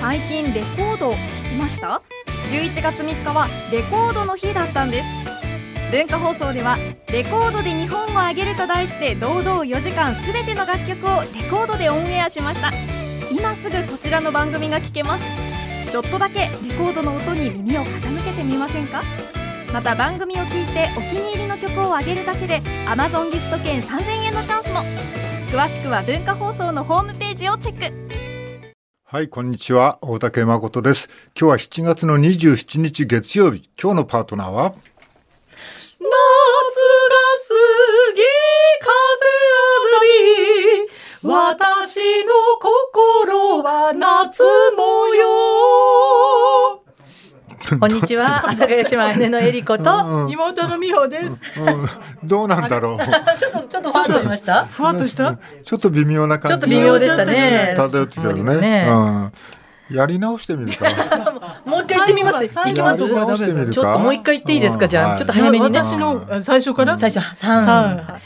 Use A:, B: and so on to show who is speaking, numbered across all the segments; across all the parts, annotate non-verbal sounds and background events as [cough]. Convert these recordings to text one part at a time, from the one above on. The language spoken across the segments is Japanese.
A: 最近レコードを聴きました11月3日はレコードの日だったんです文化放送では「レコードで日本をあげる」と題して堂々4時間全ての楽曲をレコードでオンエアしました今すぐこちらの番組が聴けますちょっとだけレコードの音に耳を傾けてみませんかまた番組を聞いてお気に入りの曲をあげるだけで Amazon ギフト券3000円のチャンスも詳しくは文化放送のホームページをチェック
B: はい、こんにちは。大竹誠です。今日は7月の27日月曜日。今日のパートナーは
C: 夏が過ぎ風あざり私の心は夏模様 [laughs] こんにちは、阿佐ヶ谷姉妹のえりこと、妹の美穂です
B: うん、うん。どうなんだろう。
C: ちょっと、ちょっとふわっとしました。
D: ふわっとした。
B: ちょっと微妙な感
C: じ。ちょっと微妙でしたね。
B: 漂ってきたよね。ねうん。やり直してみるか。
C: もう一回行ってみます。行きます。ちょっともう一回行っていいですか、じゃあ、ちょっと早めにね。
D: 私の最初から。
C: 最初、三。夏が過ぎ、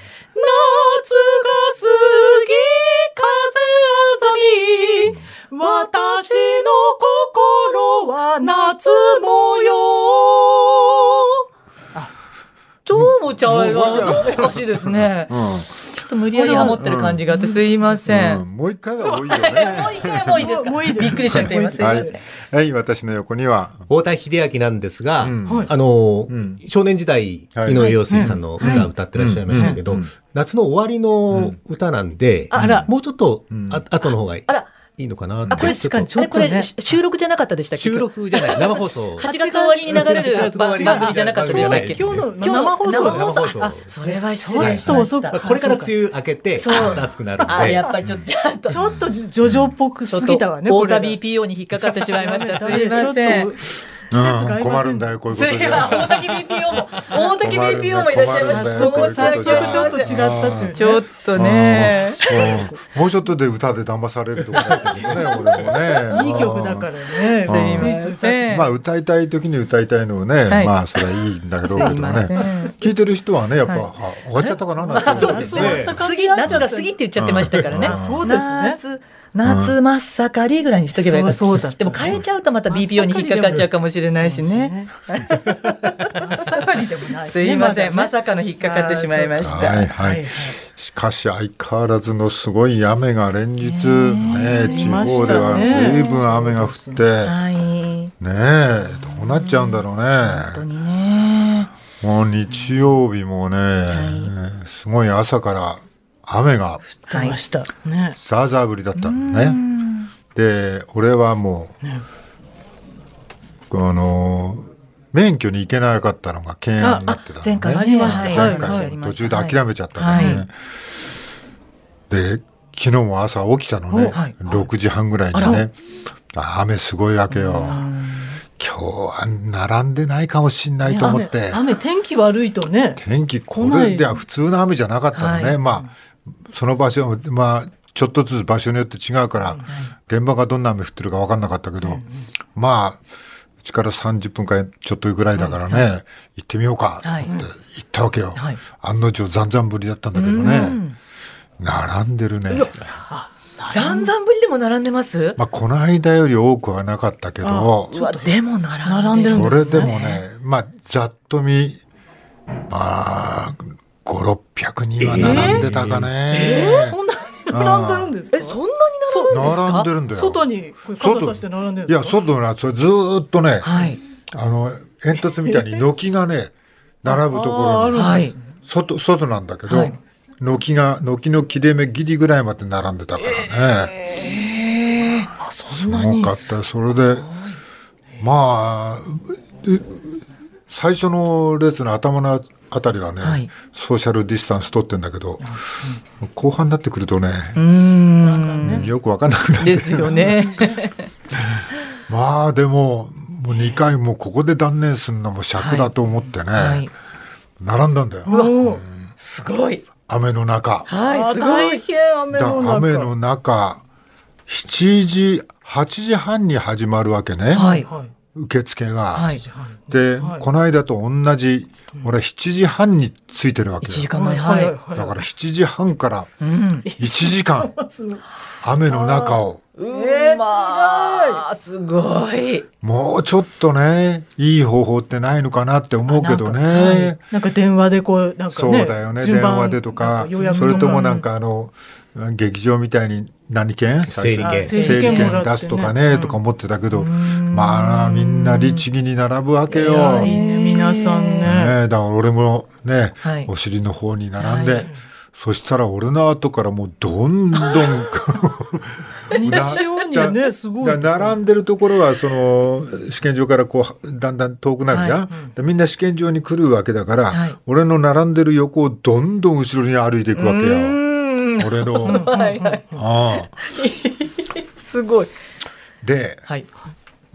C: 風あざみ。私の心は夏模様。どうもちゃいが、どうもおかしいですね。うん、ちょっと無理やりハモってる感じがあって、すいません。うん
B: うん、もう一回は多いよね。
C: もう一回もういいですか。もういいです。びっくりしちゃっています。はい。
B: はい、私の横には。
E: 大田秀明なんですが、あの、少年時代、井上陽水さんの歌を歌ってらっしゃいましたけど、夏の終わりの歌なんで、もうちょっと、あ、後の方がいい。いいのかな
C: あ、これ、これ、収録じゃなかったでしたっけ
E: 収録じゃない、生放送。
C: 8月終わりに流れる番組じゃなかったでしたっけ
D: 今日の生放送。
C: 生放送。あ、それはちょ
D: っと遅く。
E: これから梅雨明けて、暑くなるんで。
C: あ、やっぱりちょっと、
D: ちょっと、ジョジョっぽくすぎたわね。
C: 大田 BPO に引っかかってしまいました。すいません。
B: うん、困るんだよ、こういうこと
C: で。大竹 BPO も、大竹 BPO もいらっしゃいます。
D: そこ早速ちょっと違ったっていう。
C: ちょっとね。
B: もうちょっとで歌で騙されるところですね、俺も
D: ね。いい曲だからね。
B: すいません。まあ、歌いたい時に歌いたいのをね、まあ、それはいいんだけど、ね。聞いてる人はね、やっぱ、終わっちゃったかな、なん
C: て。そうですね。次、夏が過ぎって言っちゃってましたからね。
D: そうですね。
C: 夏真っ盛りぐらいにしとけばいいかそうだでも変えちゃうとまた BPO に引っかかっちゃうかもしれないし [laughs] ね。すいません、まさかの引っかかってしまいました。
B: はいはい。しかし相変わらずのすごい雨が連日、ね、地方では随分雨が降って、ねえ、どうなっちゃうんだろうね。
C: 本当にね。
B: もう日曜日もね、すごい朝から雨が
D: 降ってました。ね。
B: ザーザー降りだったんね。で、俺はもう、ね、あの、免許に行けなかったのが敬遠になってた、ね、
C: 前回ありました。
B: 前回途中で諦めちゃったからね。で、昨日も朝起きたのね。はい、6時半ぐらいにね。雨すごいわけよ。今日は並んでないかもしんないと思って。
D: 雨天気悪いとね。
B: 天気、これでは普通の雨じゃなかったのね。まあ、その場所、まあ、ちょっとずつ場所によって違うから、現場がどんな雨降ってるか分かんなかったけど、まあ、うちから30分かちょっとぐらいだからね、行ってみようかって行ったわけよ。案の定、ざんざんぶりだったんだけどね。並んでるね。
C: ざんざんぶりでも並んでます
B: まあ、この間より多くはなかったけど。
C: ちょっとでも並んでるん
B: ですね。それでもね、まあ、ざっと見、まあ、5、600人は並んでたかね。
D: えー、そんなに並んでるんですか
C: え、そんなに並ぶん
B: 並んでるんだよ。
D: 外に傘さして並んでるん
B: ですかいや、外な、それずっとね、はい、あの、煙突みたいに軒がね、並ぶところに、はい、外、外なんだけど、はい軒が軒の切れ目ギリぐらいまで並んでたから
C: ね。えー、あそんな
B: にすごかったそれでまあ最初の列の頭のあたりはね、はい、ソーシャルディスタンス取ってんだけど、うん、後半になってくるとねうんよく分かんなくなって
C: ですよね。
B: まあでももう2回もここで断念するのも尺だと思ってね、はいはい、並んだんだよ。
C: うん、すごい
B: 雨の中。
D: はい、すごい。雨の中。
B: 雨の中、7時、8時半に始まるわけね。はい。受付が。はい、で、はい、この間と同じ、俺7時半についてるわけよ。
C: 1時間前、はい。だから
B: 7時半から1時間、雨の中を。
C: うまあすごい。
B: もうちょっとね、いい方法ってないのかなって思うけど
D: な
B: ね。
D: んか,はい、なんか電話でこう、なんか、ね、
B: そうだよね、電話でとか、かそれともなんかあの、劇場みたいに何券
E: 整理券
B: 整理券出すとかね、うん、とか思ってたけど、まあみんな律儀に並ぶわけよ。
D: いいね皆さんね。ね
B: だから俺もね、はい、お尻の方に並んで。はいそしたら俺の後からもうどんどん [laughs]
D: ね、すごい
B: 並んでるところはその試験場からこうだんだん遠くなるじゃん、はいうん、みんな試験場に来るわけだから、はい、俺の並んでる横をどんどん後ろに歩いていくわけよ俺の。はいはい、あ
C: すごい。
B: で、はい、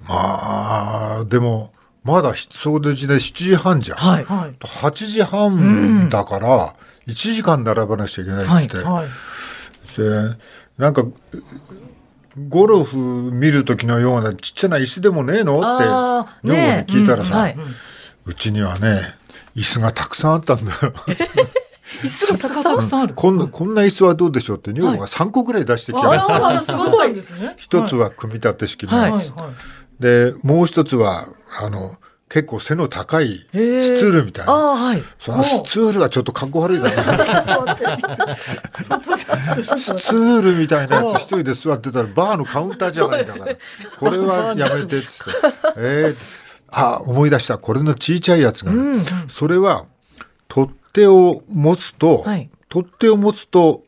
B: まあでも。まだ総出時で7時半じゃん、はい、8時半だから1時間並ばなきゃいけないってって、はいはい、でなんかゴルフ見る時のようなちっちゃな椅子でもねえのって女房に聞いたらさ、ねうんはい、うちにはね椅子がたくさんあったんだよ。
D: 椅子がたくさんある。
B: こんな、こんな椅子はどうでしょうって、女房が3個ぐらい出してきた。
D: はい、すごいですね。
B: 一つは組み立て式のやつ。でもう一つはあの結構背の高いスツールみたいな、はい、そのスツールがちょっとかっこ悪いだなスツールみたいなやつ一人で座ってたらバーのカウンターじゃないんだから、ね、これはやめてってえー、あ思い出したこれのちいちゃいやつが、ねうん、それは取っ手を持つと、はい、取っ手を持つと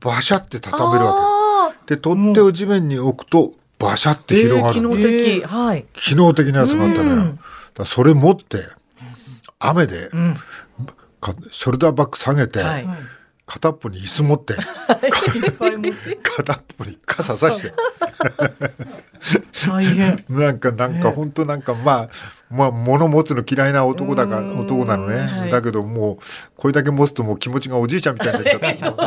B: バシャって畳めるわけで取っ手を地面に置くと、うんバシャって広がる、え
C: ー、機能的、はい、
B: 機能的なやつがあったの、ね、よ、うん、だそれ持って雨で、うん、ショルダーバッグ下げて、はい、片っぽに椅子持って、 [laughs] はい、片っぽに傘さして
D: 大変
B: なんかなんか本当なんかまあまあ物持つの嫌いな男だから男なのね、はい、だけどもうこれだけ持つともう気持ちがおじいちゃんみたいになっちゃった。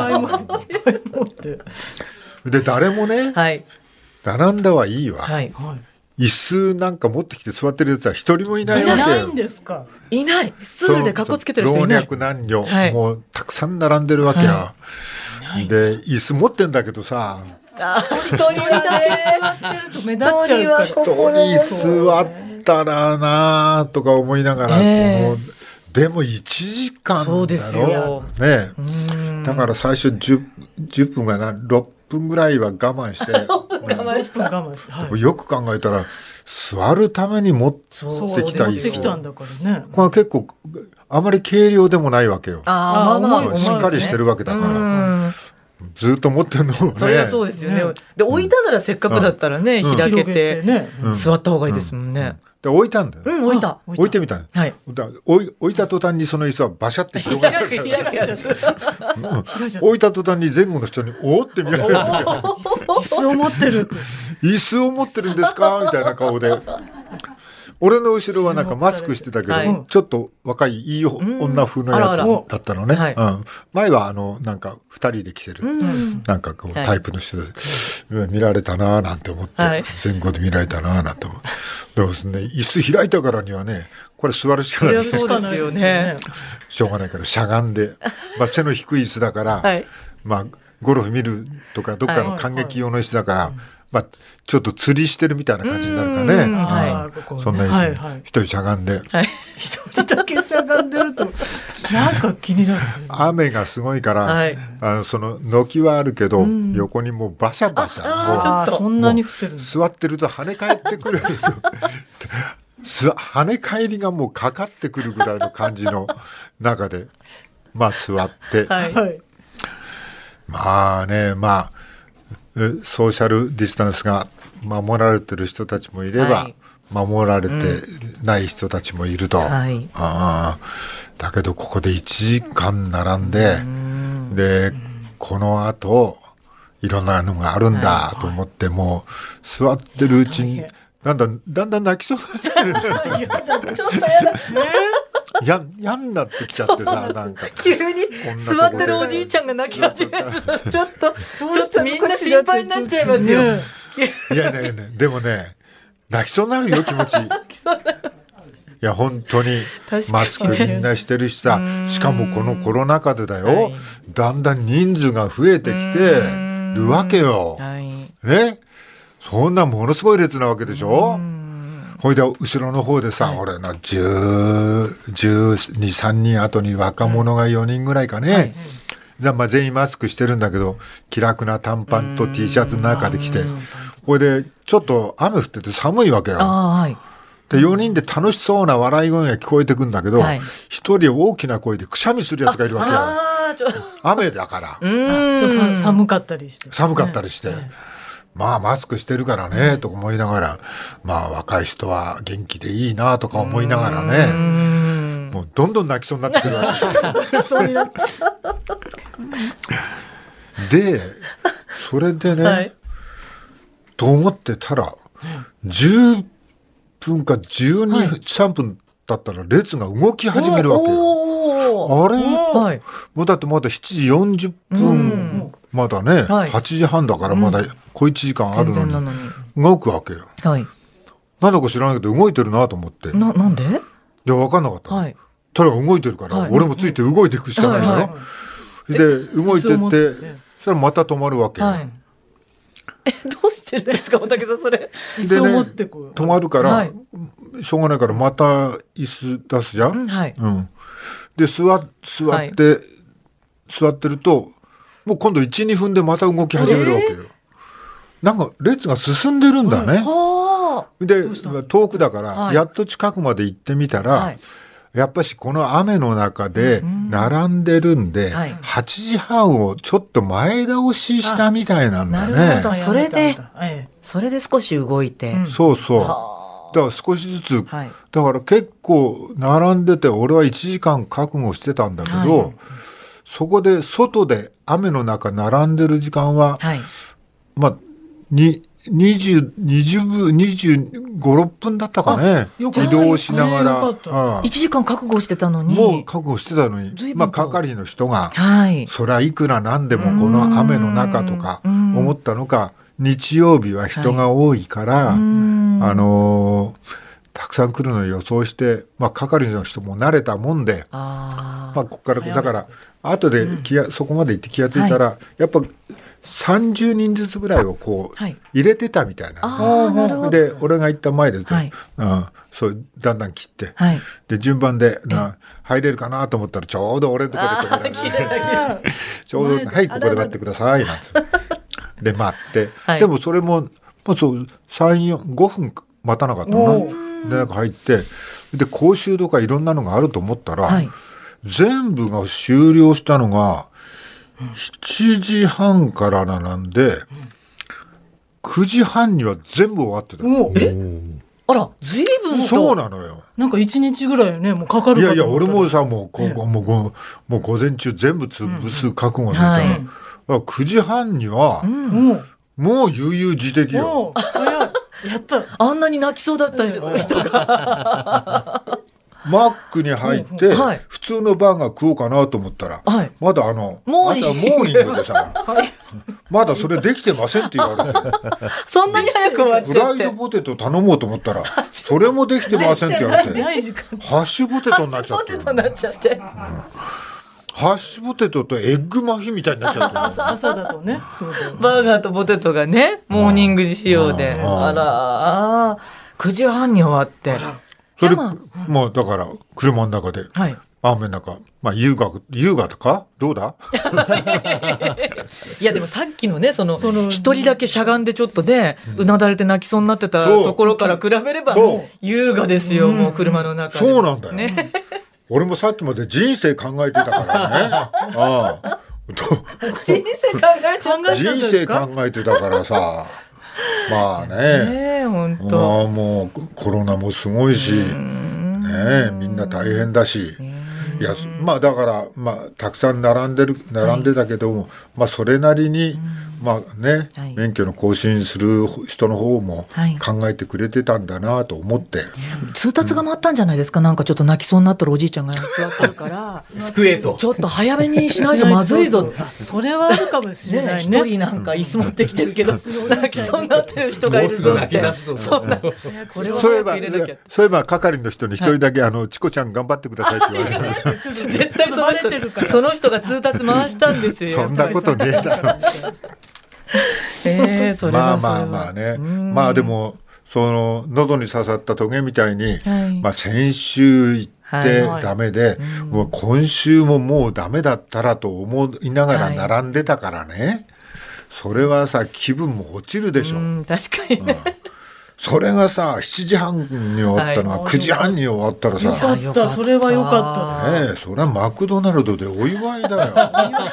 B: で誰もね、はい並んだはいいわ、はい、椅子なんか持ってきて座ってるやつは一人もいないわけい
D: ないんですか
C: いないスールでかっこつけてる人
B: な
C: い
B: い老若男女、はい、もうたくさん並んでるわけや、はい、で椅子持ってんだけどさ
C: 一人はね
D: 目立っちゃうから
B: 一人座ったらなとか思いながら、えーでも1時間だろうねだから最初 10, 10分がな6分ぐらいは我慢 [laughs] して
D: 我慢した、我慢した、
B: はい、よく考えたら座るために持ってきた椅
D: 子たんだからね
B: これは結構あまり軽量でもないわけよあ、まあまあ、しっかりしてるわけだから。ずっと持ってるのもね。
C: そりゃそうですよね。で置いたならせっかくだったらね、うん、開けて、ね、座った方がいいですもんね。
B: で置いたんだよ。
C: うん、置いた。
B: 置いてみた。はい。置いた途端にその椅子はバシャって広がっちゃった。置いた途端に前後の人におおって見られる。
D: 椅子を持ってる。
B: 椅子を持ってるんです [laughs] かみたいな顔で。俺の後ろはなんかマスクしてたけど、ちょっと若いいい女風のやつだったのね。うん、前はあの、なんか二人で着てる、なんかこうタイプの人で、見られたなぁなんて思って、前後で見られたなぁなんて思って。でもね、椅子開いたからにはね、これ座るしかない
C: ですよね。
B: しょうがないからしゃがんで、まあ背の低い椅子だから、まあゴルフ見るとかどっかの感激用の椅子だから、まあ、ちょっと釣りしてるみたいな感じになるかね。はい、ねそんなに、はいはい、一人しゃがんで。
D: はい、一人だけしゃがんでると、なんか気になる、ね、
B: 雨がすごいから、はい、あのその軒はあるけど、うん、横にもうバシャバシャ。
D: ああ、そんなに降ってる。
B: 座ってると跳ね返ってくる。 [laughs] す跳ね返りがもうかかってくるぐらいの感じの中で、まあ座って。 [laughs] はい、まあね、まあ。ソーシャルディスタンスが守られてる人たちもいれば、はい、守られてない人たちもいると、うんはい、あだけどここで1時間並んで、うん、でこのあといろんなのがあるんだと思って、はい、もう座ってるうちになんだだんだん泣きそう [laughs] になってちょっとやだ、ねや、やんなってきちゃってさ、なんか。
C: 急に座ってるおじいちゃんが泣き始めると、ちょっと、ちょっとみんな心配になっちゃいますよ。
B: いやね、ね、でもね、泣きそうになるよ、気持 [laughs] ち。いや、本当に、マスクみんなしてるしさ、しかもこのコロナ禍でだよ、だんだん人数が増えてきてるわけよ。ね。そんなものすごい列なわけでしょ、ほいで後ろの方でさ、俺の1013人後に若者が4人ぐらいかね、じゃあまあ全員マスクしてるんだけど気楽な短パンと T シャツの中で来てこれでちょっと雨降ってて寒いわけよ。
C: あはい。
B: で4人で楽しそうな笑い声が聞こえてくんだけど、
C: はい
B: 一1人大きな声でくしゃみするやつがいるわけよ
C: ああ、ちょっ
B: 雨だから
C: とさ寒かったりして。
B: 寒かったりして、まあマスクしてるからねと思いながらまあ若い人は元気でいいなとか思いながらねもうどんどん泣きそうになってくるわ
C: そういう。
B: けでそれでね、
C: はい。
B: と思ってたら10分か12、3分だったら列が動き始めるわけよ。
C: お
B: あれ
C: お。はい。
B: もうだってまだ7時40分まだね、
C: はい
B: 8時半だからまだ小1時間あ
C: 全
B: る
C: 然な
B: のに
C: のに。
B: 動くわけよ。
C: はい。
B: なんだか知らないけど動いてるなと思って。
C: な、なんで。
B: で分かんなかった。
C: はい。
B: ただ動いてるから、
C: はい
B: 俺もついて動いていくしかないだろ。
C: はいは
B: [laughs] で動いて
C: 椅子を持
B: っ
C: っ
B: て
C: て
B: そしたらまた止まるわけよ。
C: はい。え、どうしてですか、大竹さん、それ。
B: ね
C: そう思ってこう。
B: 止まるから、
C: はい
B: しょうがないからまた椅子出すじゃん。
C: はい。
B: うん、で座っ座って、
C: はい
B: 座ってるともう今度12分でまた動き始めるわけよ。なんか列が進んでるんだね。
C: は
B: で
C: どうしたの
B: 遠くだから、
C: はい
B: やっと近くまで行ってみたら、
C: あ。はい。
B: やっぱしこの雨の中で並んでるんで、
C: はい
B: 8時半をちょっと前倒ししたみたいなんだ
D: あなる
B: ね
D: ほ。ど
F: それで
C: え
F: それで少し動いて、
C: うん
B: そうそう。だ
F: は
B: から少しずつ
F: あはい
B: だから結構並んでて俺は1時間覚悟してたんだけど、
C: はい
B: そこで外で雨の中並んでる時間は、
C: はい。
B: まあに20 20分25、6分だったかね
C: よ
B: 移
C: かった
B: 動しながら、
C: よか
B: うん
F: 1時間覚悟してたのに
B: もう覚悟してたのに
F: 随、分と
B: まあ、係の人が
F: はい
B: そりゃいくらなんでもこの雨の中とか思ったのか日曜日は人が多いから、あのーたくさん来るのを予想して、まあ、係の人も慣れたもんで、
F: あ
B: まあ、ここからだから後で気が、そこまで行って気がついたら、やっぱ30人ずつぐらいをこう
F: はい
B: 入れてたみたいな。
F: ああなるほど
B: で俺が行った前で、
F: はい
B: うん、そうだんだん切って、
F: はい
B: で順番でな入れるかなと思ったらちょうど俺のとこで止められてちょうど「はいここで待ってください」なんてで待って、
F: はい
B: でもそれも、まあ、そう345分待たなかったな
C: お
B: でなんか入ってで講習とかいろんなのがあると思ったら、
F: はい
B: 全部が終了したのが7時半からなんで9時半には全部終わってた。
C: おお。え。あら、ずいぶんと。
B: そうなのよ。
C: なんか一日ぐらいね、もうかか
B: い
C: る
B: や
C: か
B: い
C: と
B: や、
C: 思っ
B: 俺
C: たら
B: もさ、もう、こう、もう、こうもう午前中全部潰す覚悟でいた
F: は
B: ら、
F: い
B: だから9時半には、
C: もう。
B: もう悠々自適よ。
C: もう早い。
B: [laughs]
C: やった。
F: あんなに泣きそうだった人が
B: マックに入って、
F: うんはい
B: 普通のバーガー食おうかなと思ったら、
F: はい
B: まだあの、
F: モーニン
B: ま
F: グ
B: だモーニングでさ、まだそれできてませんって言われて、
F: そんなに早く終わっ
B: フ
F: ちゃ
B: ラ
F: っ
B: イ
F: て
B: ドポテト頼もうと思ったら、それもできてませんって言われて、
C: ない時間。
B: ハッシュポテトになっちゃっ
F: ポ
B: て
F: テ、トになっちゃって
B: ハッシュポテトとエッグマフィンみたいになっちゃって。
C: 朝だとね。そうだよね。
F: バーガーとポテトがねモーニング仕様で
B: うん
F: あらあ9時半に終わって
B: それ、
F: でも
B: まあだから、車の中で、
F: はい
B: 雨の中、まあ優雅、優雅とかどうだ
F: いやでもさっきのねその
C: その
F: 一人だけしゃがんでちょっとねうなだれて泣きそうになってた
B: そう
F: ところから比べれば
B: そう
F: 優雅ですよもう車の中で
B: そうなんだよ。俺もさっきまで人生考えてた
F: [laughs]
B: からね。ああど
F: 人生考えちゃっ
B: [laughs]
F: た
B: 人生考えてたからさ。まあね。
F: ねえ本
B: ま
F: 当
B: あもうコロナもすごいし、ねえみんな大変だし。いやまあだから、まあ、たくさん並んでる並んでたけども、まあそれなりに、まあね、
F: はい
B: 免許の更新する人の方も
F: はい
B: 考えてくれてたんだなと思って、
F: 通達が回ったんじゃないですかなんかちょっと泣きそうになったらおじいちゃんが座ってるから
E: 救えと
F: ち。ょっと早めにしないとまずいぞ
C: それはあるかもしれ
F: ね
C: ない
F: 一、
C: ね。
F: 人なんか椅子持ってきてるけど、泣きそうになってる人がいるぞって。
E: もうすぐ泣き出すぞ
F: そんな、これは
B: そういえ
F: 早く
B: ば
F: 入れなきゃ。
B: そういえば係の人に一人だけ、あのチコちゃん頑張ってくださいって言われて。
F: [laughs] 絶対その
B: [laughs]
C: バレてるか
F: 人、
C: ら
F: その人が通達回したんですよ。
B: そんなことねえだろ。
F: えー、それ
B: まあ
F: はそ
B: ま
F: れは
B: あまあね。まあでも、その、喉に刺さったトゲみたいに、
F: はい
B: まあ先週行って
F: はい
B: ダメで、もう今週ももうダメだったらと思いながら並んでたからね。それはさ、気分も落ちるでしょ。
F: うん、確かにね。
B: それがさ、7時半に終わったのが
C: はい
B: 9時半に終わったらさ、
C: よか
F: よ
C: っ
F: かった
C: た、それはよかったで
B: ねえ、それはマクドナルドでお祝いだよ。
F: いっぱいいら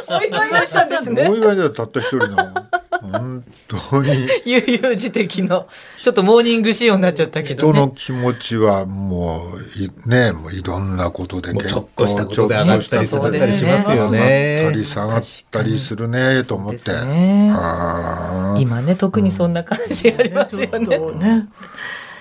F: っしゃったんですね。
B: お祝いだよ、たった一人の。本当に。
F: 悠々自適の、ちょっとモーニング仕様になっちゃったけ
B: [laughs]
F: ど、
B: 人
F: ね。
B: の気持ちはもういねもういろんなことで
E: もうちょっとしたことで上がったり下がったりしますよ
B: 上がった
E: ね
B: り。下がったりするねと思っ
F: です
B: て。
F: ね。
B: あー
F: 今ね、特にそんな感じありますよ [laughs] ね。
D: そうね。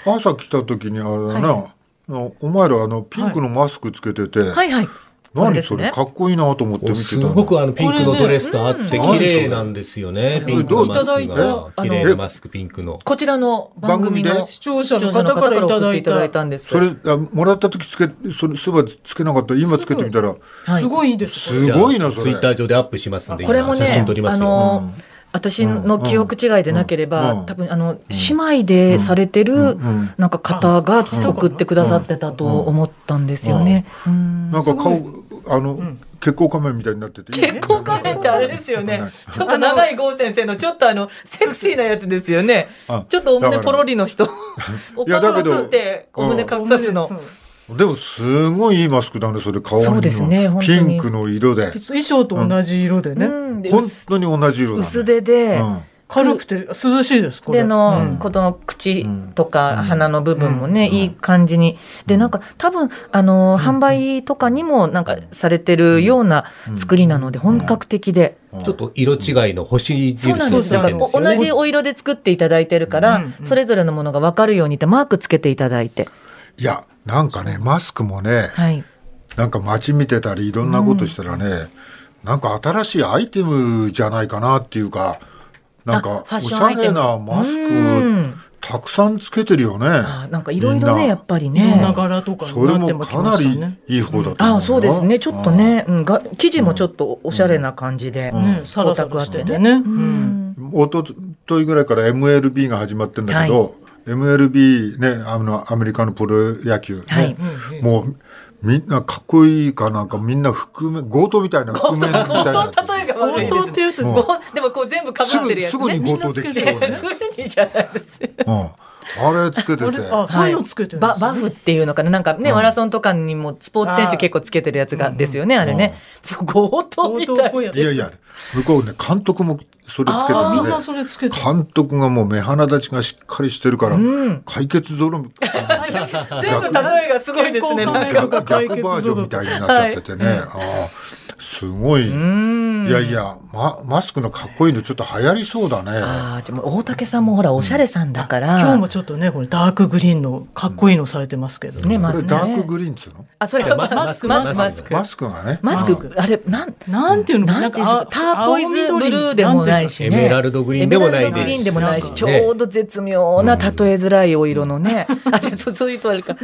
B: 朝来た時にあれだな、あのお前らあのピンクのマスクつけてて、
F: はいはい。こ
B: 何
F: です
B: そ
F: ね
B: れかっこいいなと思って見てた
E: す
B: の
E: ごくあのピンクのドレスと合って
B: これね
E: 綺麗なんですよね。
B: ん
E: ピンクのマス
C: これ
E: ク
C: いただい
E: が
C: た。
E: 綺麗なマスク、ピンクの。
F: こちらの番組
B: 番組
F: の
B: で
C: す。視聴者
F: 視
C: の
F: 聴者
C: 方
F: の方
C: か
F: から
C: い
F: ら
C: た
F: 送っ
C: だ
F: てい
C: い
F: た
C: た
F: だいたんです
B: それあもらった時つけそれすばつけなかった今つけてみたら
F: はい
C: すごいいいです。
B: すごいなそ
E: ツイ
B: れ
E: ッター上でアップしますんで、
F: これも
E: 今写
F: ね
E: 真撮り、ま
F: あ
E: すよ。
F: の、私の記憶違いでなければ、
B: うんうん
F: 多分あの、姉妹でされてる、
B: うん
F: なんか方が送ってくださってたと思ったんですよね。うん
B: なんか顔あの、血行仮面みたいになってて
F: 結構仮面ってあれですよね。ちょっと長い郷先生のちょっとあの、セクシーなやつですよね
B: あ。
F: ちょっとお
B: だ
F: 胸
B: から
F: ポロリの人。お
B: いやだ
F: 顔
B: け
F: を
B: ど
F: 取って、お胸隠さすの。
B: でもすごいいいマスクだねそれ顔にも
F: そうですね本当
B: ピ
F: に
B: ンクの色で
C: 衣装と同じ色でね、
F: うんで
B: 本
F: 薄
B: 当に同じ色だ、ね、
F: 薄手で、
B: うん
C: 軽くて涼しいです、これ。
F: での、
B: うん
F: この口とか鼻の部分もね、いい感じに。で、なんか多分、あの、販売とかにもなんかされてるような作りなので、本格的で。
E: ちょっと色違いの星印つい
F: そう
E: てる
F: なんん
E: で
F: です
E: すよ
F: だから
E: ね
F: お。同じお色で作っていただいてるから、それぞれのものが分かるようにってマークつけていただいて。
B: いやなんかねマスクもね
F: はい。
B: なんか街見てたりいろんなことしたらね、なんか新しいアイテムじゃないかなっていうかなん
F: あ
B: か
F: ファッ
B: お
F: シ
B: し
F: ョンア
B: ゃ
F: イテ
B: れ
F: ム
B: なマス
F: う
B: ク
F: ん
B: たくさんつけてるよね
F: あなんかいろ
B: み
F: いろ
B: んな
F: ね、やっぱり
C: いろんな
F: ね。
C: 柄とか
B: そ
C: に
B: れ
C: なって
B: も
C: もき
B: か
C: ま
B: な
C: した
B: り
C: ね。
B: いい方だと思うよ
F: あそうですね。ちょっとね、うん、が生地もちょっとおしゃれな感じで。
C: うん、サラサラしててね。うん
B: おとといぐらいから MLB が始まってんだけど、MLB ねあのアメリカのプロ野球、ね
F: はい
B: もうみんなかっこいいかなんかみんな覆面強盗みたいな覆面みたいになってる
F: えが悪い
C: 強盗って言うと
F: もうでもこう全部か
B: す
F: ぶってる
B: ぐ
F: や
B: す
F: つ
B: ぐに
F: ね。
B: 強盗できそうね、
F: すぐにじゃないですよ。
B: うん、あれつけて
C: あ
B: て
C: れ、あ、そういうのつけてるんで
F: バ
C: すね
F: バフっていうのかななんかね、マラソンとかにもスポーツ選手結構つけてるやつがですよね、あれね。強盗み
C: 相
F: た
C: 当濃
F: い
C: いやつ
B: いやいや向こうね監督もそれつけ
C: みんな
B: て
C: それつけて
B: て、ね、
C: る
B: 監督がもう目鼻立ちがしっかりしてるから、
F: ん
B: 解決ゾロみたいな
F: 全部例えがすごいですね。
C: 健康
F: なんか
C: 管理
B: 逆逆バージョンみたいになっちゃっててね、ああすごい、いやいや、ま、マスクのかっこいいのちょっと流行りそうだね
F: ああ、でも大竹さんもほら、おしゃれさんだから。
C: 今日もちょっとね、これダークグリーンのかっこいいのされてますけど。
F: ね、
B: こ
F: マ
B: れ
F: スク、
B: ダーク
F: ね。
B: グリーンっつうの
F: あ、それがマスク、マスク、マスク。
B: マスクがね
F: マスク、あれ、なん、
C: なんていうの
F: なんていうんですか、ターコイズブルーでもない。しね。
E: エメラルドグリーンでもないです
F: エメラルドグリーンでもないし、ち
E: ね
F: ょうど絶妙な例えづらいお色のね。あ、じゃあそうそういうとあれか。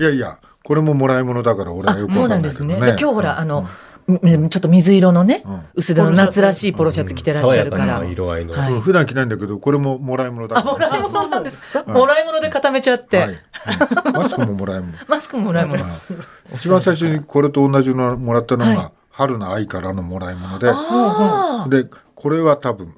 B: いやいやこれももらい物だから俺はよく
F: そう
B: わか
F: なん
B: んな
F: で
B: いけ
F: す
B: どね
F: ね。で今日ほら、あの、みちょっと水色のね、薄手の夏らしいポロシャツ着てらっし
E: 爽
F: ゃ
E: や
F: る
E: か
F: から。
E: な色合いの。
F: は
B: うん普段着ないんだけどこれももらい物だから、
F: もらい物なんですかもらい物で固めちゃって。
B: はい、マスクももらい物
F: マス [laughs] クももらい物。
B: 一番最初にこれと同じのもらったのが、春の愛からのもらい物で
F: あ
B: でこれは多分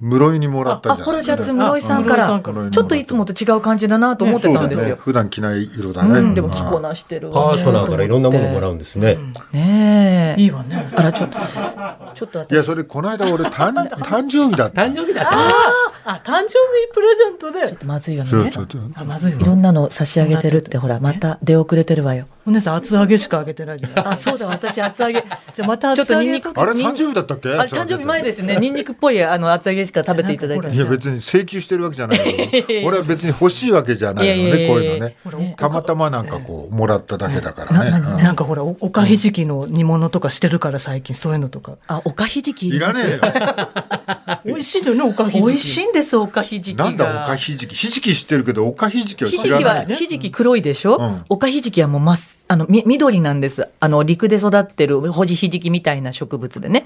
B: 室井にもらった
F: あ、
B: んじゃない
F: ポロシャツ、室井さんか
C: 室井さん
F: ら
C: か。
B: ら
F: ちょっといつもと違う感じだなと思ってたんです
B: そうだね
F: よ。
B: 普段着ない色だね、
F: うん、でも着
B: まあ
F: こなしてるわ
E: パ
F: ね。
E: ートナーからいろんなものもらうんですね。
F: ねえ。
C: いいわね。
F: あら、ちょっと、ちょっと
B: い
F: 私
B: やそれこの間俺
F: [laughs]
B: 誕誕生日だった
E: 誕生日だった
C: あ、誕生日プレゼントで。
F: まずいわね。
B: そうそうそう
C: あ、まずい
F: いろんなの差し上げてるってほらまた出遅れてるわよ。
C: お姉さん厚揚げしか揚げてないじゃないですか。
F: あそうだ私厚揚げ。
C: じゃあまた
F: ちょっとニンニ
C: に
F: ク
C: か
B: あれ誕生日だったっけ
F: あれ誕生日前ですね。ニンニクっぽいあの厚揚げしか食べていただいてない
B: いや別に請求してるわけじゃ
F: [laughs]
B: ないよ俺は別に欲しいわけじゃないのね
F: いやいやいや
B: こういうのね
C: ほらお
B: たまたまなんかこうもらっただけだからね、
C: なんかほらおおかひじきの煮物とかしてるから最近そういうのとか
F: あおかひじき
B: うんいらねえよ
C: 美味しいのよねおかひじき
F: 美味しいんですおかひじきが。
B: なんだおかひじきひじき知ってるけどおかひじきは
F: ひ
B: 知
F: じき
B: らな
F: はいひじき黒いでしょ。
B: ん
F: おかひじきはもう真っあのみ緑なんですあの陸で育ってるホジヒジキみたいな植物でね、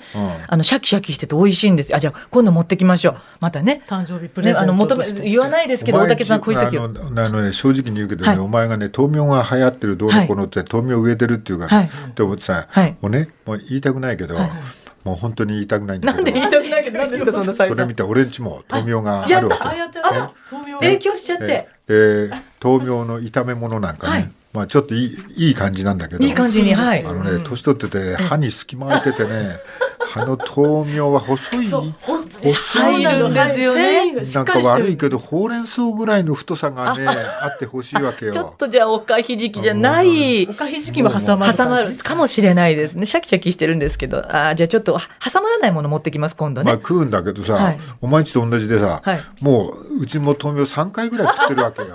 F: あのシャキシャキしてて美味しいんですよあじゃあ今度持ってきましょうまたね
C: 誕生日プレゼント
F: ねあの求め言わないですけど大竹さんこういう時
B: あ
F: は
B: のあのね正直に言うけどね、
F: はい
B: お前がね豆苗が流行ってるどうのこうのって、豆苗植えてるっていうから、
F: はい
B: って思ってさ、
F: はい
B: もうねもう言いたくないけど、もう本当に言いたくないんだ
F: なん
B: け
F: で
B: ど
F: 言いたくないけどなんですかそんなサイ
B: そ
F: ズ
B: れ見て俺んちも豆苗があ
F: や
B: る
F: っ
B: わ
F: た
B: け
C: あやってあ豆苗
F: 影響しちゃっ
B: で
F: て
B: で豆苗の炒め物なんかね、
F: はい
B: まあちょっといいいい感じなんだけど
F: いい感じにはい
B: あのね年取ってて歯に隙間空いてて
F: [laughs]
B: ねあの豆苗は細い
F: そうほ
B: 細
F: 入るんですよ
C: 繊
F: ね
C: 維がし
B: な
C: っ
B: ん
C: か
B: か
C: りして
B: 悪
C: る
B: いけどほうれん草ぐらいの太さがねあってほしいわけよ。
F: ちょっとじゃあおかひじきじゃない
C: おかひじきは挟まる
F: 挟
C: 感
F: ま
C: じ
F: るかもしれないですねシャキシャキしてるんですけどあーじゃあちょっとは挟まらないもの持ってきます今度
B: まあ
F: ね、
B: 食うんだけどさ、
F: はい
B: お前んちと同じでさ、
F: はい
B: もううちも豆苗3回ぐらい食ってるわけ
F: [laughs]
B: よ。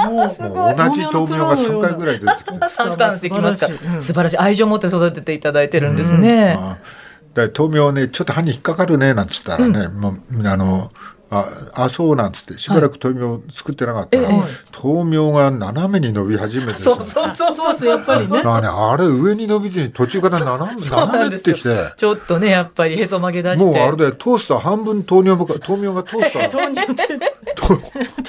B: もうもう同じ豆苗が3回ぐらい出てきて。
F: 簡単してきます
C: 素
F: から
C: 晴らしいうん
F: 素晴らしい愛情を持って育てていただいてるんですね、
B: あだから豆苗ねちょっと歯に引っかかるねなんつったらね、もうあのああそうなんつってしばらく豆苗作ってなかったら、豆苗が斜めに伸び始めてさ
F: そうそうそう
C: そうそうやっぱりね
B: だからねあれ上に伸びずに途中から斜め
F: そうな
B: 斜め
F: んで
B: っ
F: す
B: て
F: よ
B: きて。
F: ちょっとねやっぱりへそ曲げ出して
B: もうあれだよトースター半分豆苗もか豆苗がトースター
C: 豆乳って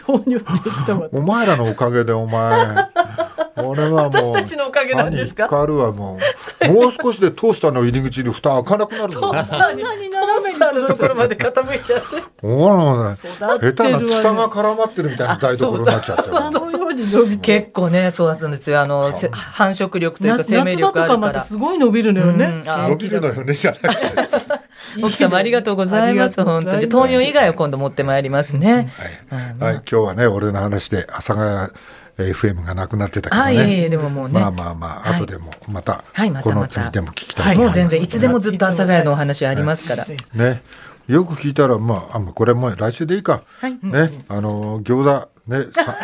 C: 豆乳って言ったわ
B: お前らのおかげでお前俺はもう
F: 私たちのおかげなんですか
B: 歯に引っかかるわも
F: [laughs]
B: うもう少しでトースターの入り口に蓋開かなくなるもんね
F: さに
C: 斜めに
F: スターのところまで傾いちゃって
B: お前らもね
C: 育って
B: 下手
C: る
B: な
C: わよ
B: ツタが絡まってるみたいな台所になっちゃってる
C: あのように伸びて
F: 結構ねそうなんですよあのせ繁殖力という
C: な
F: か生命
C: 夏場と
F: 力あ
C: か
F: るか
C: また
F: ら
C: すごい伸びるのよね
F: うんあ
B: 伸びるのよねじゃなくて、はい、
F: 奥様ありがとうございます本当に豆苗以外を今度持ってまいりますね、
B: はい、今日はね俺の話で阿佐ヶ谷 FM がなくなってたけどね、
F: あいえいえでももうね
B: まあまあまあ、
F: はい
B: 後でもまた、
F: はいまた
B: この
F: また
B: 次でも聞きたいと
F: もう
B: 思い
F: 全
B: ます
F: 然いつでもずっと阿佐ヶ谷のお話ありますから、
B: ね、よく聞いたら、まあ、あもうこれもう来週でいいか、ね、あの餃子ね、さ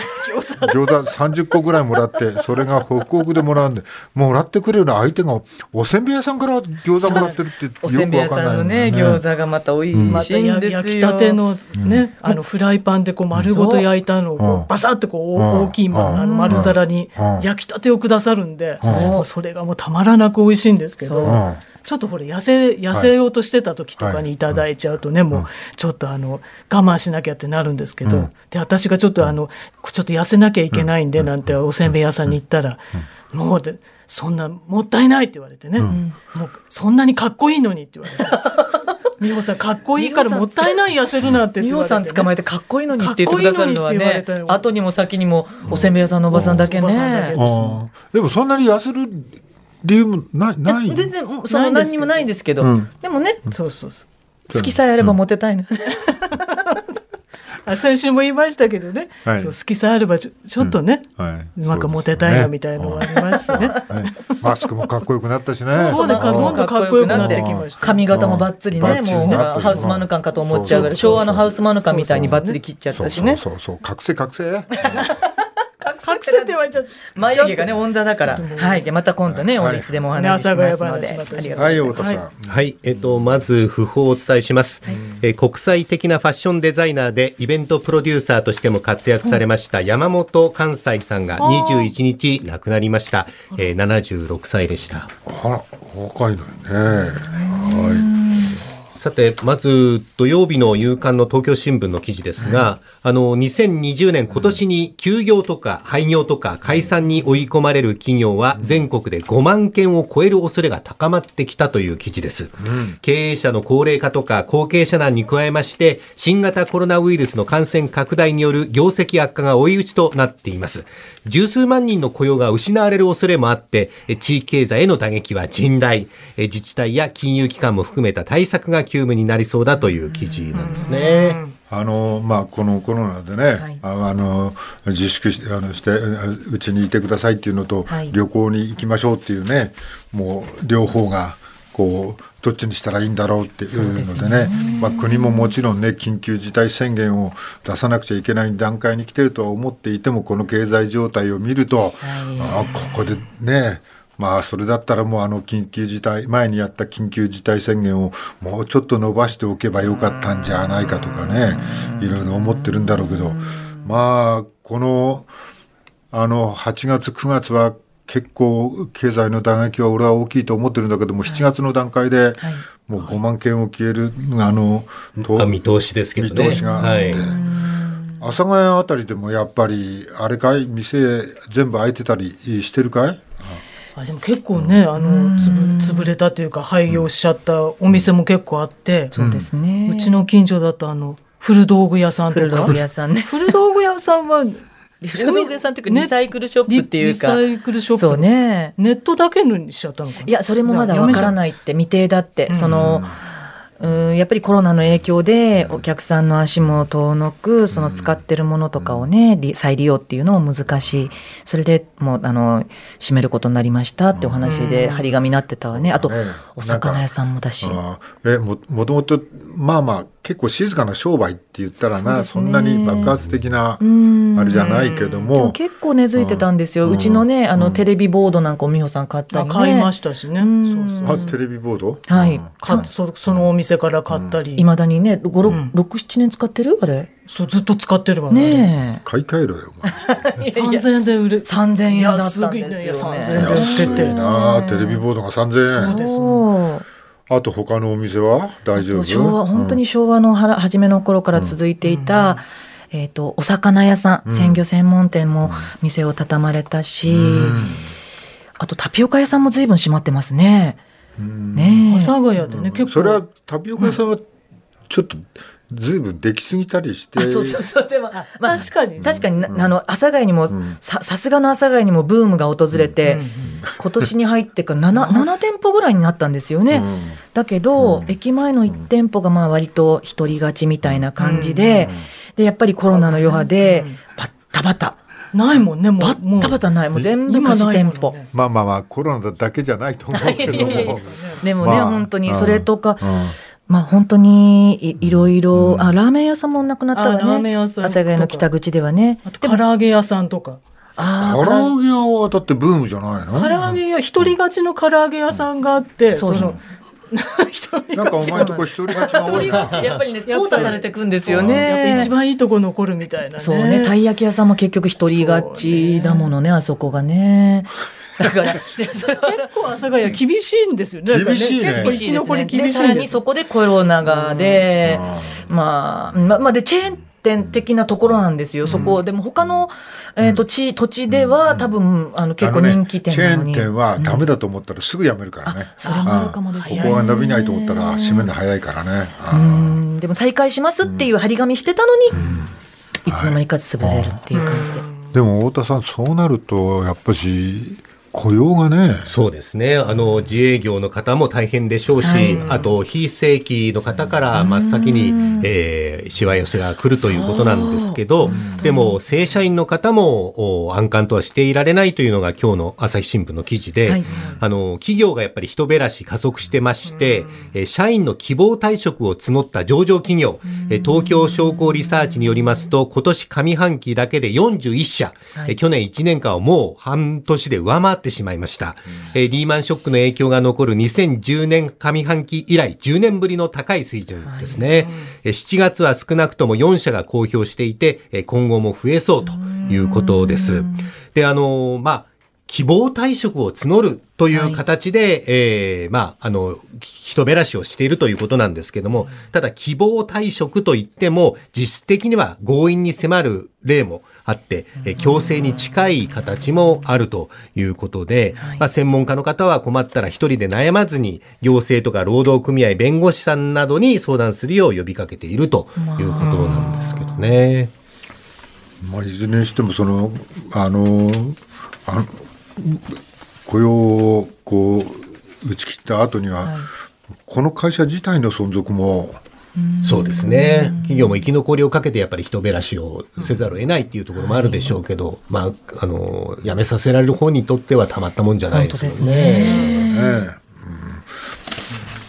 B: 餃子三十個ぐらいもらって、それがホクホクでもらうんで、もらってくれるのは相手がおせんべい屋さんから餃子もらってるってよく
F: お
B: わ
F: せんべい屋
B: かんな
F: さ
B: いも
F: んの
B: ん
F: ね
B: ね。
F: 餃子がまた美味
C: ま
F: したいんですよ、
C: 焼きたてのね、あのフライパンでこう丸ごと焼いたの
B: う
C: を
B: ん
C: バサッとこう
B: うん
C: 大きいまあの丸皿に
B: うん
C: 焼きたてをくださるんで、
B: ん
C: もうそれがもうたまらなく美味しいんですけ
F: そう
C: ど、
B: うん
C: ちょっとほら痩せ痩せようとしてた時とかにいただいちゃうとね、もうちょっとあの我慢しなきゃってなるんですけど、で私がちょっとあのちょっと痩せなきゃいけないんでなんておせんべい屋さんに行ったら、もうでそんなもったいないって言われてね、もうそんなにかっこいいのにって言わ [laughs] れて。美穂さんかっこいいからもったいない痩せるなんてって
F: 美
C: 言われ
F: 穂
C: て
F: さん
C: ね
F: 捕まえてかっこいいのにって言ってくださるのは
C: かっこいいのにっ
F: ね
C: て言われたよ
F: 後にも先にもおせんべい屋さんのおばさんだけ
C: うんおばさんだ
F: ね
C: け、
B: あーでもそんなに痩せる理由もないない。
F: 全然その何にもないんですけどで
B: うん
F: もね
C: そうそうそう
F: 好きさえあればモテたいな、
C: あ先週も言いましたけどね、
B: はい
C: そう好きさえあればちょちょっとね、
B: はい、
C: うまくモテたいなみたいなのもありますし
B: そ
C: ね。
B: うですね。はいマスクもかっこよくなったしね。
C: そうです
F: マスク
C: ど
F: も
C: ん
F: [laughs]
C: どんかっこよくなってきました。
F: 髪型もバッツリ
B: バ
F: ね
B: ッチリ
F: もうほ
B: バッチ
F: ら
B: リ
F: ハウスマヌカンかと思っちゃうぐらい
B: そうそうそう
F: 昭和のハウスマヌカンみたいにバッツリ切っちゃっ
B: そ
F: た
B: う
F: し
B: そう
F: ね
B: そうそう覚醒覚醒。
C: 隠せてはいちゃった
F: 眉毛がね温座だからはいじゃあまた今度ね
B: はい
F: おいつでもお話ししますので
C: ね朝ごはんの話またします
F: ありがとうございま
B: はい太田さん。
F: す
E: はい、えっと、まず、訃報をお伝えします、えー国際的なファッションデザイナーで、イベントプロデューサーとしても活躍されました、山本関西さんが21日亡くなりました。えー、76歳でした。
B: あらお若いのにね。はい。
E: さて、まず土曜日の夕刊の東京新聞の記事ですが、あの、2020年今年に休業とか廃業とか解散に追い込まれる企業は全国で5万件を超える恐れが高まってきたという記事です。経営者の高齢化とか後継者難に加えまして、新型コロナウイルスの感染拡大による業績悪化が追い打ちとなっています。十数万人の雇用が失われる恐れもあって、え地域経済への打撃は甚大、え自治体や金融機関も含めた対策が急務になりそうだという記事なんですね。
B: あのまあ、このコロナでね、
F: い
B: ああの自粛しあのしてあうちにいてくださいっていうのと、
F: い
B: 旅行に行きましょうっていうねもう両方がこうどっちにしたらいいんだろうっていうのでねまあ、国ももちろんね緊急事態宣言を出さなくちゃいけない段階に来てるとは思っていてもこの経済状態を見ると、あここでねまあそれだったらもうあの緊急事態前にやった緊急事態宣言をもうちょっと伸ばしておけばよかったんじゃないかとかねいろいろ思ってるんだろうけどまあこのあの8月9月は結構経済の打撃は俺は大きいと思ってるんだけども、7月の段階でもう5万件を消える、あの、
E: 見通しですけどね。
B: 見通しが。はい。阿佐ヶ谷あたりでもやっぱり、あれかい店全部開いてたりしてるかい
C: あでも結構ね、あのつぶ潰れたというか廃業しちゃったお店も結構あって、
F: そうですね。
C: うちの近所だとあの古道具屋さんとか、
F: 古道具屋さんね。
C: 古道具屋さんは
F: [laughs] 古道具屋さんっていうかリサイクルショップっていうか、
C: リサイクルショップ
F: そうね。
C: ネットだけにしちゃったのかな。
F: いやそれもまだわからないって未定だって、その。うんやっぱりコロナの影響でお客さんの足も遠のくその使ってるものとかをね再利用っていうのも難しいそれでもうあの閉めることになりましたってお話で張り紙になってたわねあとお魚屋さんもだし。
B: えももともとまあまあ結構静かな商売って言ったらなそ,、んなに爆発的なあれじゃないけども
F: 結構根付いてたんですよ、うちのねあのテレビボードなんかお美穂さん買ったり、
C: 買いましたしね
B: そうそうテレビボード
F: はい、
C: かそそのお店から買ったり
F: いま、だにね67年使ってるあれ
C: そうずっと使ってるわ [laughs]
F: ね
B: 買い替えろよ
C: 3000円で売れ
F: 3000円だったんですよ、ね、 [laughs]
B: 3000円で売っててなテレビボードが3000円
F: そうです
B: あと他のお店は大丈夫
F: 昭和、本当に昭和のはら、うん、初めの頃から続いていた、うん、えっ、と、お魚屋さん、鮮魚専門店も店を畳まれたし、うん、あとタピオカ屋さんも随分閉まってますね。ね
C: え。阿佐ヶ谷でね、結構。
B: それはタピオカ屋さんはちょっと、ずいぶんできすぎたりして。
F: そうそうそう。でも、
C: まあ、確かに。
F: 確かに、あの、阿佐ヶ谷にも、さ、さすがの阿佐ヶ谷にもブームが訪れて、今年に入ってから7、7店舗ぐらいになったんですよね。だけど、駅前の1店舗が、まあ、割と独り勝ちみたいな感じで、で、やっぱりコロナの余波で、バッタバタ。
C: ないもんね、も
F: う。バッタバタない。もう全部貸し店舗。
B: まあまあまあ、コロナだけじゃないと思うけども。
F: でもね、本当に、それとか、まあ本当にいろいろ、あ、ラーメン屋さんもなくなったわね。
C: ラーメン屋さん。
F: 阿佐ヶ谷の北口ではね。
C: あと唐揚げ屋さんとか。
B: あ唐揚げ屋はだってブームじゃないの
C: 唐揚げ屋、一人勝ちの唐揚げ屋さんがあって、
F: そうそう。 [laughs]
B: [laughs] なんかお前とこ一人勝ちが多いな。
F: やっぱりね、淘汰されていくんですよね。
C: 一番いいとこ残るみたいな
F: そうね、たい焼き屋さんも結局一人勝ちだものね、あそこがね。だから、
C: 結構阿佐ヶ谷厳しいんですよね。
B: 厳しいね。
C: 結構生き残り厳しい
F: さらにそこでコロナがで、まあ、まあ、で、チェーン店的なところなんですよ、そこ。でも他の、えっ、と、地、土地では多分、あの、結構人気店
B: チェーン店はダメだと思ったらすぐ辞めるからね。
F: それもあるかもです
B: ね。ここが伸びないと思ったら閉めるの早いからね。
F: うん。でも再開しますっていう張り紙してたのに、いつの間にか潰れるっていう感じで。
B: でも太田さん、そうなると、やっぱし、雇用がね。
E: そうですね。あの、自営業の方も大変でしょうし、はい、あと、非正規の方から真っ先に、えー、しわ寄せが来るということなんですけど、でも、正社員の方も、安関とはしていられないというのが今日の朝日新聞の記事で、はい、あの、企業がやっぱり人減らし加速してまして、え社員の希望退職を募った上場企業、え東京商工リサーチによりますと、今年上半期だけで41社、はい、去年1年間をもう半年で上回ってしまいました。えー、リーマンショックの影響が残る2010年上半期以来10年ぶりの高い水準ですね。え、はい、7月は少なくとも4社が公表していて、え今後も増えそうということです。で、あのー、まあ、希望退職を募るという形で、はい、ええー、まあ、あの、人減らしをしているということなんですけども、ただ希望退職といっても、実質的には強引に迫る例もあって、え強制に近い形もあるということで、まあ、専門家の方は困ったら一人で悩まずに、行政とか労働組合、弁護士さんなどに相談するよう呼びかけているということなんですけどね。
B: まあ、いずれにしても、その、あの、あの雇用をこう打ち切った後には、はい、この会社自体の存続も
E: そうですね企業も生き残りをかけてやっぱり人減らしをせざるを得ないっていうところもあるでしょうけど、うんはい、まあ、あの辞めさせられる方にとってはたまったもんじゃないですよね。
F: ね
B: ねうん、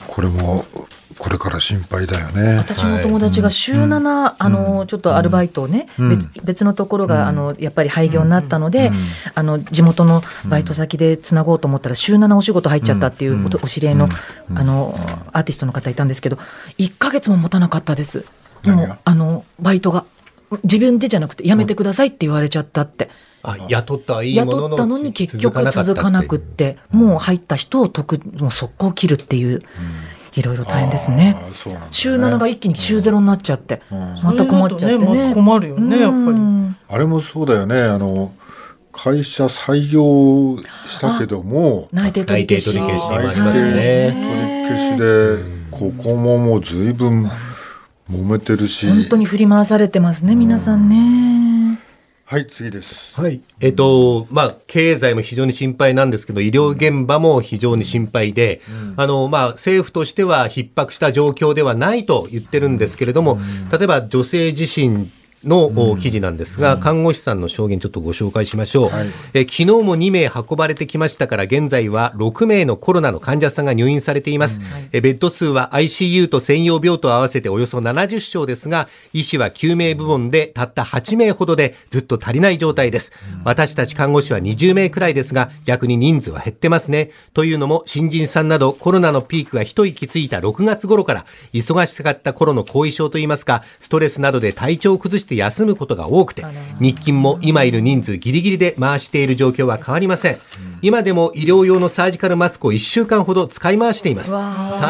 B: これもこれから心配だよね。
F: 私の友達が週7、あの、ちょっとアルバイトをね、別別のところが、あの、やっぱり廃業になったので、あの、地元のバイト先でつなごうと思ったら、週7お仕事入っちゃったっていうお,、知り合いの、あの、アーティストの方いたんですけど、1か月も持たなかったです。もう、あの、バイトが。自分でじゃなくてやめてくださいって言われちゃったって。
E: あ雇ったはいいも
F: 雇
E: のの
F: ったのに結局続かなくって、もう入った人を得もう速攻切るっていう。いろいろ大変ですね。週7が一気に週0になっちゃって、また困っちゃってね。
C: 困るよね、やっぱり。
B: あれもそうだよね。あの会社採用したけども
F: 内定取り消し
B: でここももう随分揉めてるし
F: 本当に振り回されてますね皆さんね。
B: はい、次です。
E: はい。えっ、ー、と、まあ、経済も非常に心配なんですけど、医療現場も非常に心配で、うん、あの、まあ、政府としては逼迫した状況ではないと言ってるんですけれども、うん、例えば女性自身の記事なんですが、看護師さんの証言ちょっとご紹介しましょう、はい、え昨日も2名運ばれてきましたから現在は6名のコロナの患者さんが入院されています、うんはい、えベッド数は ICU と専用病棟合わせておよそ70床ですが医師は救命部門でたった8名ほどでずっと足りない状態です、うん、私たち看護師は20名くらいですが逆に人数は減ってますねというのも新人さんなどコロナのピークが一息ついた6月頃から忙しかった頃の後遺症といいますかストレスなどで体調を崩してして休むことが多くて、日勤も今いる人数ギリギリで回している状況は変わりません。今でも医療用のサージカルマスクを1週間ほど使い回しています。サ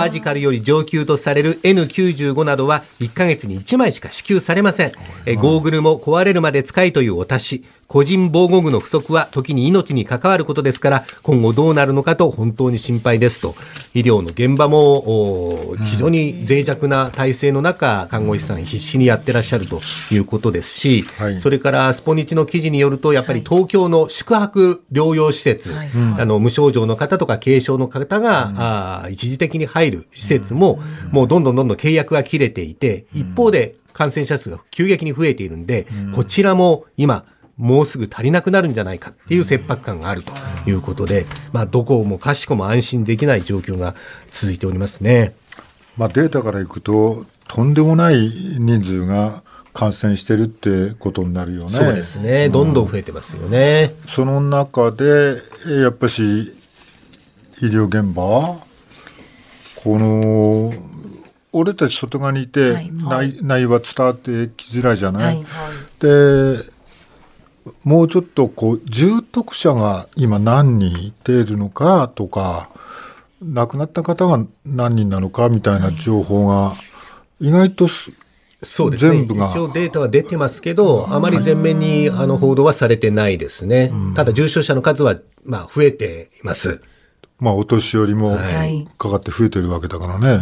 E: ージカルより上級とされる N95 などは1ヶ月に1枚しか支給されません。えゴーグルも壊れるまで使いというお達し。個人防護具の不足は時に命に関わることですから、今後どうなるのかと本当に心配ですと。医療の現場も非常に脆弱な体制の中、看護師さん必死にやってらっしゃるということですし、はい、それからスポニチの記事によると、やっぱり東京の宿泊療養施設、はい、あの無症状の方とか軽症の方が、うん、あ一時的に入る施設も、うん、もうどんどんどんどん契約が切れていて、うん、一方で感染者数が急激に増えているんで、こちらも今、もうすぐ足りなくなるんじゃないかっていう切迫感があるということで、まあ、どこもかしこも安心できない状況が続いておりますね。
B: まあ、データからいくと、とんでもない人数が感染してるってことになるよね。
E: そうですね。どんどん増えてますよね。
B: うん、その中で、やっぱし、医療現場この、俺たち外側にいて、はいはい、内内は伝わってきづらいじゃない、はいはい、で、もうちょっとこう重篤者が今何人いているのかとか亡くなった方が何人なのかみたいな情報が意外と
E: そうですね。一応データは出てますけど、あまり全面にあの報道はされてないですね。ただ重症者の数はまあ増えています。
B: まあお年寄りもかかって増えてるわけだからね。はい、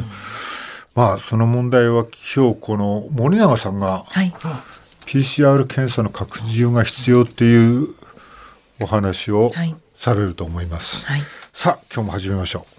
B: まあその問題は今日この森永さんが、はい、PCR 検査の拡充が必要っていうお話をされると思います。はい、さあ、今日も始めましょう。